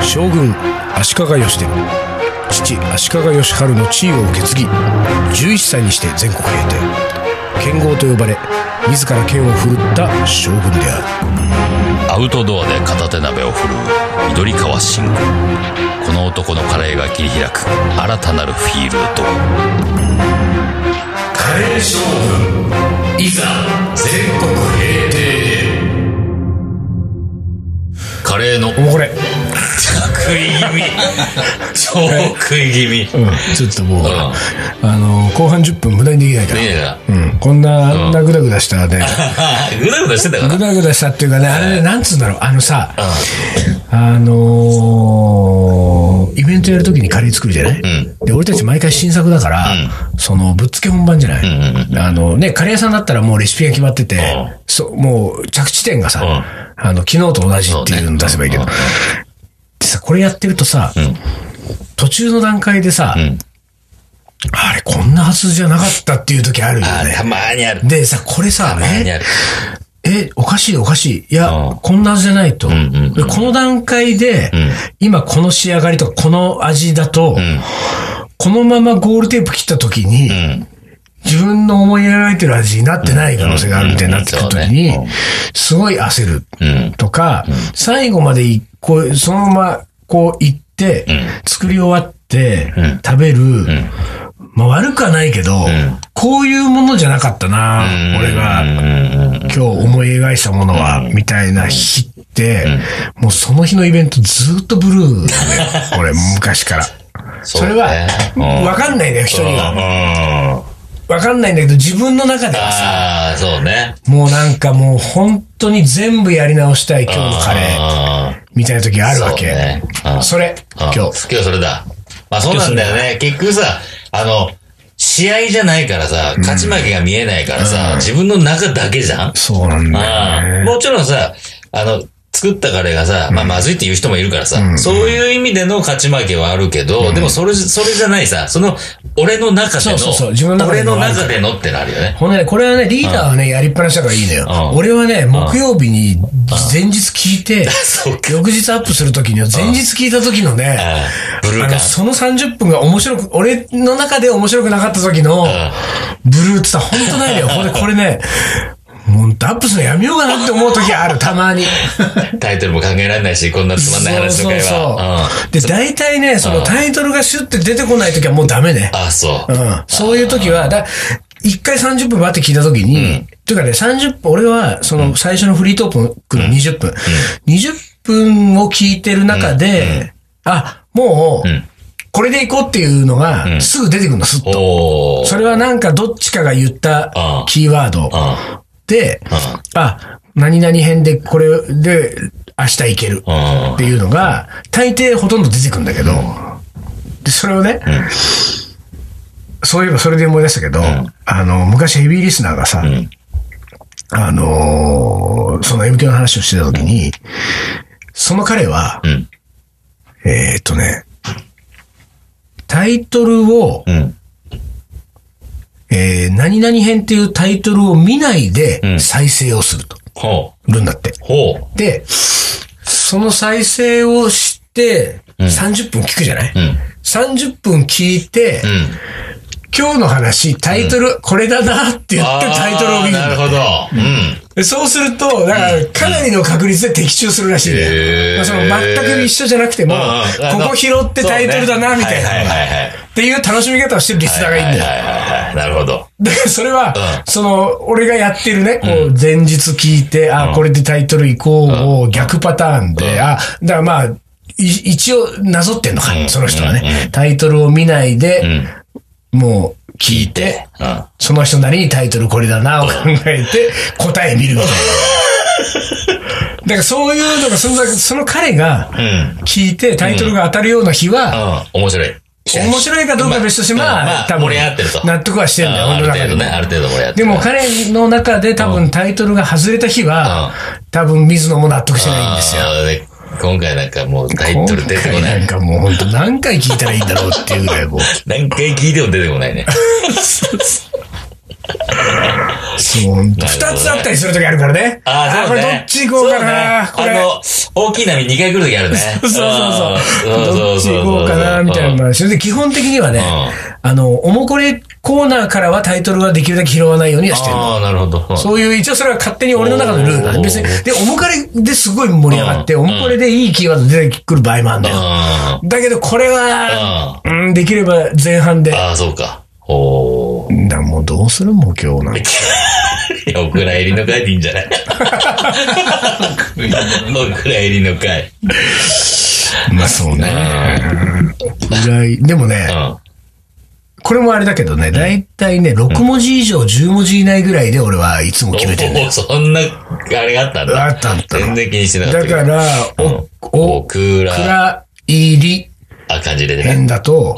[SPEAKER 2] 将軍足利義で父足利義晴の地位を受け継ぎ11歳にして全国平定剣豪と呼ばれ自ら剣を振るった将軍である
[SPEAKER 1] アウトドアで片手鍋を振るう緑川信吾この男のカレーが切り開く新たなるフィールドカレー将軍いざ全国平定カレーの
[SPEAKER 2] もうこれ、
[SPEAKER 1] 食い気味超食い気味
[SPEAKER 2] ちょっともう、
[SPEAKER 1] ん
[SPEAKER 2] あの後半10分無駄にできないから、
[SPEAKER 1] ねえな
[SPEAKER 2] うん、こんな、あんなグダグダしたね
[SPEAKER 1] ぐだぐだしてたか
[SPEAKER 2] グ
[SPEAKER 1] ら
[SPEAKER 2] ダグダしたっていうかねあれねなんつうんだろうあのさあのーイベントやるときにカレー作るじゃない、で、俺たち毎回新作だから、その、ぶっつけ本番じゃない、あのね、カレー屋さんだったらもうレシピが決まってて、
[SPEAKER 1] うん
[SPEAKER 2] そう、もう着地点がさ、あの、昨日と同じっていうの出せばいいけど、
[SPEAKER 1] そうね
[SPEAKER 2] でさ、これやってるとさ、途中の段階でさ、
[SPEAKER 1] ん
[SPEAKER 2] あれ、こんなはずじゃなかったっていう時あるよ
[SPEAKER 1] あーた
[SPEAKER 2] ね。
[SPEAKER 1] まーにあるた
[SPEAKER 2] でさ、これさ、
[SPEAKER 1] まーにある
[SPEAKER 2] え、おかしいおかしい。いや、
[SPEAKER 1] うん
[SPEAKER 2] こんなはずじゃないと。
[SPEAKER 1] んうんうん
[SPEAKER 2] でこの段階で、今この仕上がりとか、この味だと、このままゴールテープ切った時に、
[SPEAKER 1] ん
[SPEAKER 2] 自分の思い描いてる味になってない可能性があるみたいになってくる時に、
[SPEAKER 1] うんうんうんそうね
[SPEAKER 2] すごい焦る
[SPEAKER 1] うん
[SPEAKER 2] とか、最後までいこうそのままこう行って、作り終わって、食べる、まあ悪くはないけど、こういうものじゃなかったな、俺が
[SPEAKER 1] うん
[SPEAKER 2] 今日思い描いたものは、みたいな日って、もうその日のイベントずーっとブル ーなんだよ。俺、昔から。それは、わかんないんだよ、人には。
[SPEAKER 1] うんうん
[SPEAKER 2] わかんないんだけど、自分の中ではさ、
[SPEAKER 1] ああ、そうね。
[SPEAKER 2] もうなんかもう本当に全部やり直したい今日のカレー、
[SPEAKER 1] ー。
[SPEAKER 2] みたいな時あるわ
[SPEAKER 1] そう
[SPEAKER 2] け
[SPEAKER 1] ね。。うん
[SPEAKER 2] それ、今
[SPEAKER 1] うん今
[SPEAKER 2] 日。
[SPEAKER 1] 日それだ。まあそうなんだよね。結局さ、あの、試合じゃないからさ、勝ち負けが見えないからさ、自分の中だけじゃん
[SPEAKER 2] そうなんだ
[SPEAKER 1] あ
[SPEAKER 2] よ
[SPEAKER 1] あ
[SPEAKER 2] ね。
[SPEAKER 1] もちろんさ、あの、作ったカレーがさ、まあ、まずいって言う人もいるからさ、そういう意味での勝ち負けはあるけど、でもそれ、それじゃないさ、その、俺の中での、
[SPEAKER 2] そうそうそう自分の中
[SPEAKER 1] 俺
[SPEAKER 2] での
[SPEAKER 1] の中でのってのあるよね。
[SPEAKER 2] ほんでね、これはね、リーダーはね、やりっぱなしだからいいのよ
[SPEAKER 1] う。ん
[SPEAKER 2] 俺はね、木曜日に前日聞い て、
[SPEAKER 1] そうか。
[SPEAKER 2] 翌日アップするときには、前日聞いたときのね、
[SPEAKER 1] ああブルー
[SPEAKER 2] あ
[SPEAKER 1] 感
[SPEAKER 2] の、。その30分が面白く、俺の中で面白くなかった時の、ブルーってさ、ほんとないのよ。ほんで、こ れね、もうダップするのやめようかなって思う時ある、たまに。
[SPEAKER 1] タイトルも考えられないし、こんなつまんない話の
[SPEAKER 2] そう
[SPEAKER 1] 会
[SPEAKER 2] そう
[SPEAKER 1] 話。
[SPEAKER 2] そう。で、大体ね、そのタイトルがシュッて出てこない時はもうダメね
[SPEAKER 1] うん。。あ、そうう。
[SPEAKER 2] ん。そういう時は、だ、一回30分バって聞いた時に、というかね、30分、俺は、その最初のフリートークの20分、20分を聞いてる中で、あ、もう、これでいこうっていうのが、すぐ出てくるの、すっと。
[SPEAKER 1] おー。
[SPEAKER 2] それはなんかどっちかが言った
[SPEAKER 1] あ
[SPEAKER 2] キーワード
[SPEAKER 1] あ
[SPEAKER 2] で、あ、何々編でこれで明日いける
[SPEAKER 1] あ
[SPEAKER 2] っていうのが、大抵ほとんど出てくるんだけど、で、それをね、そういえばそれで思い出したけど、あの、昔ヘビーリスナーがさ、あのーその MK の話をしてた時に、その彼は、
[SPEAKER 1] ん
[SPEAKER 2] えーっとね、タイトルを、
[SPEAKER 1] うん。
[SPEAKER 2] えー何々編っていうタイトルを見ないで再生をすると、
[SPEAKER 1] ほう。
[SPEAKER 2] るんだって。
[SPEAKER 1] ほう。
[SPEAKER 2] で、その再生をして、30分聞くじゃない、
[SPEAKER 1] ん
[SPEAKER 2] ?30 分聞いて、
[SPEAKER 1] うん。
[SPEAKER 2] 今日の話、タイトル、これだなって言ってタイトルを見るん
[SPEAKER 1] あーな
[SPEAKER 2] だ
[SPEAKER 1] るほど。うん。
[SPEAKER 2] でそうすると、だから、かなりの確率で的中するらしいんだ
[SPEAKER 1] へ
[SPEAKER 2] よ。
[SPEAKER 1] ー
[SPEAKER 2] その全く一緒じゃなくても、
[SPEAKER 1] うん
[SPEAKER 2] ここ拾ってタイトルだな、みた
[SPEAKER 1] は
[SPEAKER 2] い
[SPEAKER 1] いはい
[SPEAKER 2] な。
[SPEAKER 1] はいはい。
[SPEAKER 2] っていう楽しみ方をしてるリスナーがいいんだよ。
[SPEAKER 1] はいはいはい。なるほど。
[SPEAKER 2] だから それは、
[SPEAKER 1] う
[SPEAKER 2] その、俺がやってるね、こう、前日聞いて、あ、これでタイトルいこうを逆パターンで、あ、だからまあ、い一応、なぞってんのか、その人はね。タイトルを見ないで、もう、聞いて、
[SPEAKER 1] うん。
[SPEAKER 2] その人なりにタイトルこれだなを考えて、答え見るみた いな。だからそういうのが、その、その彼が
[SPEAKER 1] うん。
[SPEAKER 2] 聞いてタイトルが当たるような日は、
[SPEAKER 1] うん。面白い。
[SPEAKER 2] 面白いかどうかは別として、
[SPEAKER 1] まあ
[SPEAKER 2] ま
[SPEAKER 1] ま
[SPEAKER 2] あ、
[SPEAKER 1] あ
[SPEAKER 2] 多分、
[SPEAKER 1] 盛り上がってると
[SPEAKER 2] 納得はしてんだよ、
[SPEAKER 1] あ
[SPEAKER 2] 俺
[SPEAKER 1] る
[SPEAKER 2] の中
[SPEAKER 1] 程
[SPEAKER 2] で
[SPEAKER 1] 度ね、ある程度盛り上がって
[SPEAKER 2] で
[SPEAKER 1] る
[SPEAKER 2] も彼の中で多分タイトルが外れた日は、多分水野も納得してないんですよ。
[SPEAKER 1] あーで今回なんかもうタイトル出てこな
[SPEAKER 2] 今回ないん。かもう本当何回聞いたらいいんだろうって いうぐらいもう、
[SPEAKER 1] 何回聞いても出てこないね。
[SPEAKER 2] そう本当。二つあったりするときあるからね。
[SPEAKER 1] ああ、そうね。
[SPEAKER 2] これどっち行こうかな、
[SPEAKER 1] そ
[SPEAKER 2] こ
[SPEAKER 1] うね
[SPEAKER 2] れ。
[SPEAKER 1] あの、大きい波2回来る時あるね。
[SPEAKER 2] そうそうそう。
[SPEAKER 1] ん
[SPEAKER 2] どっち行こうかな、みたいな。話。で、基本的にはね、
[SPEAKER 1] う
[SPEAKER 2] あの、おもこれコーナーからはタイトルはできるだけ拾わないようにはしてる。
[SPEAKER 1] ああー、なるほど。うん
[SPEAKER 2] そういう、一応それは勝手に俺の中のルールだ
[SPEAKER 1] おー
[SPEAKER 2] 別に、で、おもかれですごい盛り上がって、おもこれでいいキーワード出てくる場合もあるんだよ。
[SPEAKER 1] あ
[SPEAKER 2] だけど、これは、うん、できれば前半で。
[SPEAKER 1] あー、そうか。おー。
[SPEAKER 2] んだ、もうどうするもう今日なんか。
[SPEAKER 1] いやお蔵入りの回でいいんじゃないお蔵入りの回。
[SPEAKER 2] まあそうね。ぐらいでもね、
[SPEAKER 1] うん。
[SPEAKER 2] これもあれだけどね、だいたいね、6文字以上10文字以内ぐらいで俺はいつも決めてるんだよ
[SPEAKER 1] おーそんな、あれがあったんだ。
[SPEAKER 2] あったあった
[SPEAKER 1] 全然気にしてなかった
[SPEAKER 2] だ
[SPEAKER 1] けど。
[SPEAKER 2] から、お、
[SPEAKER 1] お
[SPEAKER 2] お、く
[SPEAKER 1] 蔵、
[SPEAKER 2] らいり、
[SPEAKER 1] あ、感じで
[SPEAKER 2] へん
[SPEAKER 1] ね。
[SPEAKER 2] だと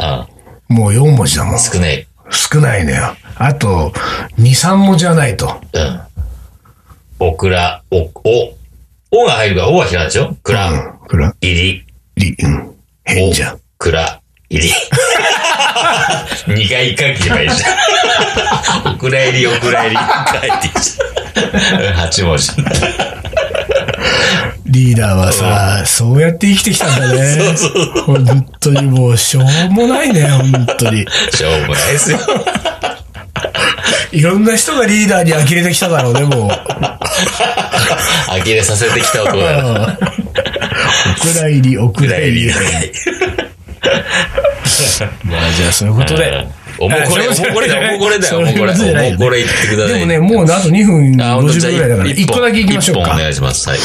[SPEAKER 1] う、ん。
[SPEAKER 2] もう4文字だもん。
[SPEAKER 1] 少ない。
[SPEAKER 2] 少ないのよ。あと、2、3文字はないと。
[SPEAKER 1] うん。オクラ、お、お、おが入るから、おはひらでしょクラ、
[SPEAKER 2] うん。くら
[SPEAKER 1] 入
[SPEAKER 2] り、うん。
[SPEAKER 1] り、
[SPEAKER 2] 変
[SPEAKER 1] お
[SPEAKER 2] じゃん。、
[SPEAKER 1] クラ、入り。二回書けばいいじゃん。お蔵入り、お蔵入り、書いていいじゃん。八文字。
[SPEAKER 2] リーダーはさ、そうやって生きてきたんだね。
[SPEAKER 1] そうそう
[SPEAKER 2] 本当にもう、しょうもないね、本当に。
[SPEAKER 1] しょうもないですよ。
[SPEAKER 2] いろんな人がリーダーに呆れてきただろうね、もう。
[SPEAKER 1] 呆れさせてきた男だ な。
[SPEAKER 2] お蔵入り、お
[SPEAKER 1] お
[SPEAKER 2] 蔵
[SPEAKER 1] 蔵
[SPEAKER 2] 入
[SPEAKER 1] 入
[SPEAKER 2] り
[SPEAKER 1] り。。
[SPEAKER 2] まあ、じゃあ、そういうことで。
[SPEAKER 1] おもうこれ、もうこれだよ、もうこれだよ、もうこれ、
[SPEAKER 2] そういうことじゃない
[SPEAKER 1] もうこれ言ってくださ
[SPEAKER 2] で
[SPEAKER 1] い。
[SPEAKER 2] もね、もうねあと2分
[SPEAKER 1] あ、ほんとじゃあ
[SPEAKER 2] 50秒ぐらいだから、
[SPEAKER 1] 一
[SPEAKER 2] 1
[SPEAKER 1] 本
[SPEAKER 2] 個だけ行きましょう
[SPEAKER 1] 一本お
[SPEAKER 2] か。
[SPEAKER 1] 願いします。はい。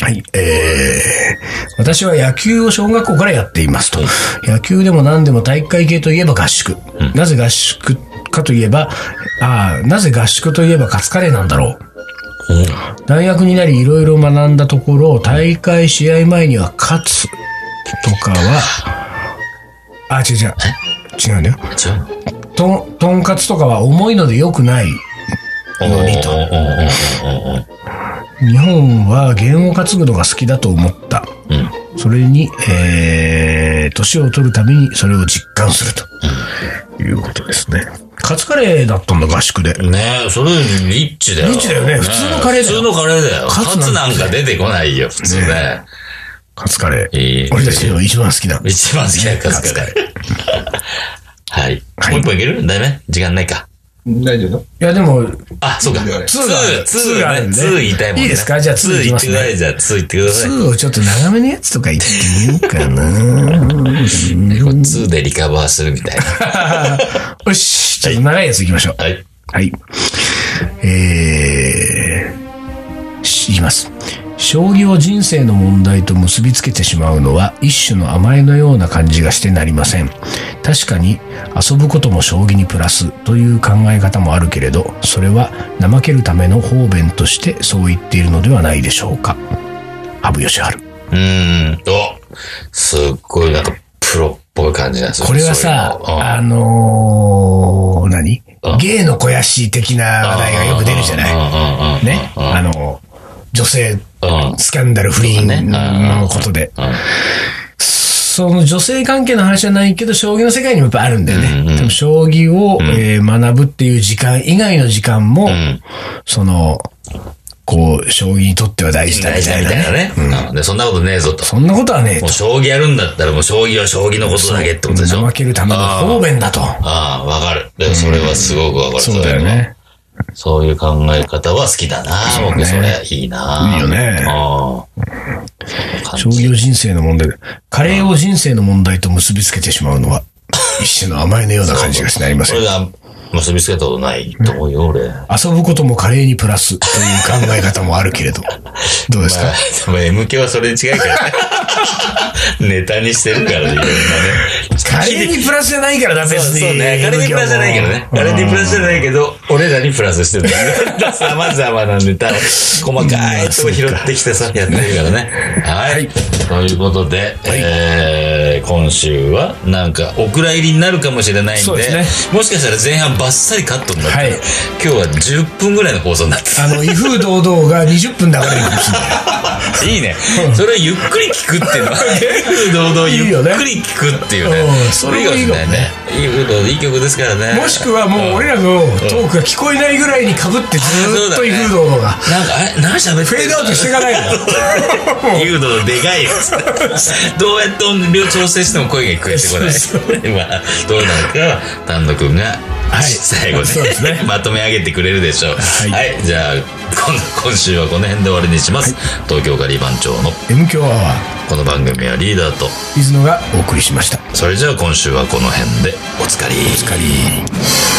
[SPEAKER 2] はい。えー、私は野球を小学校からやっていますと。野球でも何でも体育会系といえば合宿。なぜ合宿かといえば、ああ、なぜ合宿といえばカツカレーなんだろう。大学になりいろいろ学んだところ、大会試合前には勝つとかは、あ、違う違う。違うんだよ。
[SPEAKER 1] ちょ
[SPEAKER 2] とん、とんかつとかは重いので良くない。のにと
[SPEAKER 1] おーおーおーおーおー
[SPEAKER 2] 日本は弦を担ぐのが好きだと思った。
[SPEAKER 1] うん。
[SPEAKER 2] それに、えー、年を取るためにそれを実感するということですね。カツカレーだったんだ、合宿で。
[SPEAKER 1] ねえ、それよりリッチだよ。
[SPEAKER 2] リッチだよね普通のカレーだよ
[SPEAKER 1] 普通のカレーだよ。
[SPEAKER 2] カ
[SPEAKER 1] カ
[SPEAKER 2] ツ
[SPEAKER 1] ツ
[SPEAKER 2] なんて
[SPEAKER 1] なんか出てこないよ、普通ね。
[SPEAKER 2] カツカレー。
[SPEAKER 1] いい
[SPEAKER 2] 俺たちの一番好きな。
[SPEAKER 1] 一番好きなカツカレー。はい。もう一本いけるだめ時間ないか。
[SPEAKER 3] 大丈夫
[SPEAKER 2] いや、でも、
[SPEAKER 1] あ、そうか。ツー、ツ
[SPEAKER 2] がある
[SPEAKER 1] ー、ツー
[SPEAKER 2] があるん
[SPEAKER 1] ね。
[SPEAKER 2] で
[SPEAKER 1] ツー言いたいもんね。
[SPEAKER 2] いいですかじゃあツ
[SPEAKER 1] ツ
[SPEAKER 2] ー
[SPEAKER 1] ー
[SPEAKER 2] いき
[SPEAKER 1] 言
[SPEAKER 2] ま
[SPEAKER 1] っ
[SPEAKER 2] す
[SPEAKER 1] て
[SPEAKER 2] ね
[SPEAKER 1] ください。じゃあツー言ってください。
[SPEAKER 2] 2をちょっと長めのやつとか言ってみようかな。
[SPEAKER 1] ツーでリカバーするみたいな。
[SPEAKER 2] よし、ちょっと長いやついきましょう。
[SPEAKER 1] はい。
[SPEAKER 2] はい。えー、し言います。将棋を人生の問題と結びつけてしまうのは一種の甘えのような感じがしてなりません。確かに遊ぶことも将棋にプラスという考え方もあるけれど、それは怠けるための方便としてそう言っているのではないでしょうか。羽生善治。
[SPEAKER 1] うーんと、すっごいなんかプロっぽい感じなんですよ
[SPEAKER 2] これはさ、
[SPEAKER 1] そういうのうん
[SPEAKER 2] あのー、何
[SPEAKER 1] うん
[SPEAKER 2] 芸の肥やし的な話題がよく出るじゃない
[SPEAKER 1] い
[SPEAKER 2] ね、あの、女性
[SPEAKER 1] うん
[SPEAKER 2] スキャンダル不倫
[SPEAKER 1] そうだね
[SPEAKER 2] のことで。
[SPEAKER 1] うん
[SPEAKER 2] その女性関係の話じゃないけど、将棋の世界にもやっぱあるんだよね。
[SPEAKER 1] うんうん
[SPEAKER 2] でも将棋を、えー学ぶっていう時間以外の時間も、
[SPEAKER 1] ん
[SPEAKER 2] その、こう、将棋にとっては大事だ
[SPEAKER 1] 大
[SPEAKER 2] み
[SPEAKER 1] 事
[SPEAKER 2] た
[SPEAKER 1] だ
[SPEAKER 2] い
[SPEAKER 1] み
[SPEAKER 2] な
[SPEAKER 1] たい
[SPEAKER 2] ね。
[SPEAKER 1] なね。うんで、そんなことねえぞと。
[SPEAKER 2] そんなことはねえ
[SPEAKER 1] も
[SPEAKER 2] と
[SPEAKER 1] う。将棋やるんだったらもう将棋は将棋のことだけってことでしょ
[SPEAKER 2] 怠けるための方便だと。
[SPEAKER 1] ああ、わかる。でもそれはすごくわかる。
[SPEAKER 2] そうだよ
[SPEAKER 1] そう
[SPEAKER 2] ね。
[SPEAKER 1] いうのは。そういう考え方は好きだな。僕それ、いいな。
[SPEAKER 2] いいよね
[SPEAKER 1] ああ。
[SPEAKER 2] 将棋を人生の問題で、カレーを人生の問題と結びつけてしまうのは、 一種の甘えのような感じがしなりません
[SPEAKER 1] そ。れが結びつけたことないと思うよ、俺。ま
[SPEAKER 2] 遊ぶこともカレーにプラスという考え方もあるけれ ど。どうですか、
[SPEAKER 1] あ、 でも M 系はそれで違うからね。ネタにしてるからね、いろんなね。
[SPEAKER 2] 誰にプラスじゃないからだ、別に。
[SPEAKER 1] そうね。彼にプラスじゃないけどね。
[SPEAKER 2] うん
[SPEAKER 1] 彼にプラスじゃないけど、俺らにプラスしてるんだね。さまざまなネタを細かいとこ拾ってきてさ、やってるからね。はい。ということで、えー今週は、なんか、お蔵入りになるかもしれないんで、
[SPEAKER 2] そうで
[SPEAKER 1] もしかしたら前半バッサリカットになって、
[SPEAKER 2] はい
[SPEAKER 1] 今日は10分ぐらいの放送になって
[SPEAKER 2] あの、威風堂々が20分流 れるかもしれない。
[SPEAKER 1] た。 いいね。それをゆっくり聞くっていうのは、堂々ゆっくり聞くっていうね
[SPEAKER 2] う。ん
[SPEAKER 1] それいいかもしれないね。いいこといい曲ですからね。
[SPEAKER 2] もしくはもう俺らのトークが聞こえないぐらいにかぶってずーっと威風堂々が。
[SPEAKER 1] なんか、あれ何喋って
[SPEAKER 2] フェードアウトしていかな いの。
[SPEAKER 1] 誘導のでかいやつ。どうやって音量調整しても声が聞こえてこない。
[SPEAKER 2] そう
[SPEAKER 1] まあ、どうなるかは、丹野くんが、
[SPEAKER 2] はい
[SPEAKER 1] 最後
[SPEAKER 2] そうです
[SPEAKER 1] ね
[SPEAKER 2] ね
[SPEAKER 1] まとめ上げてくれるでしょう。はいい、じゃあ、今今週はこの辺で終わりにします。東京ガリバン長の
[SPEAKER 2] M 強アワー、
[SPEAKER 1] この番組はリーダーと、
[SPEAKER 2] 水野がお送りしました。
[SPEAKER 1] それじゃあ今週はこの辺でおつかり。おつかり。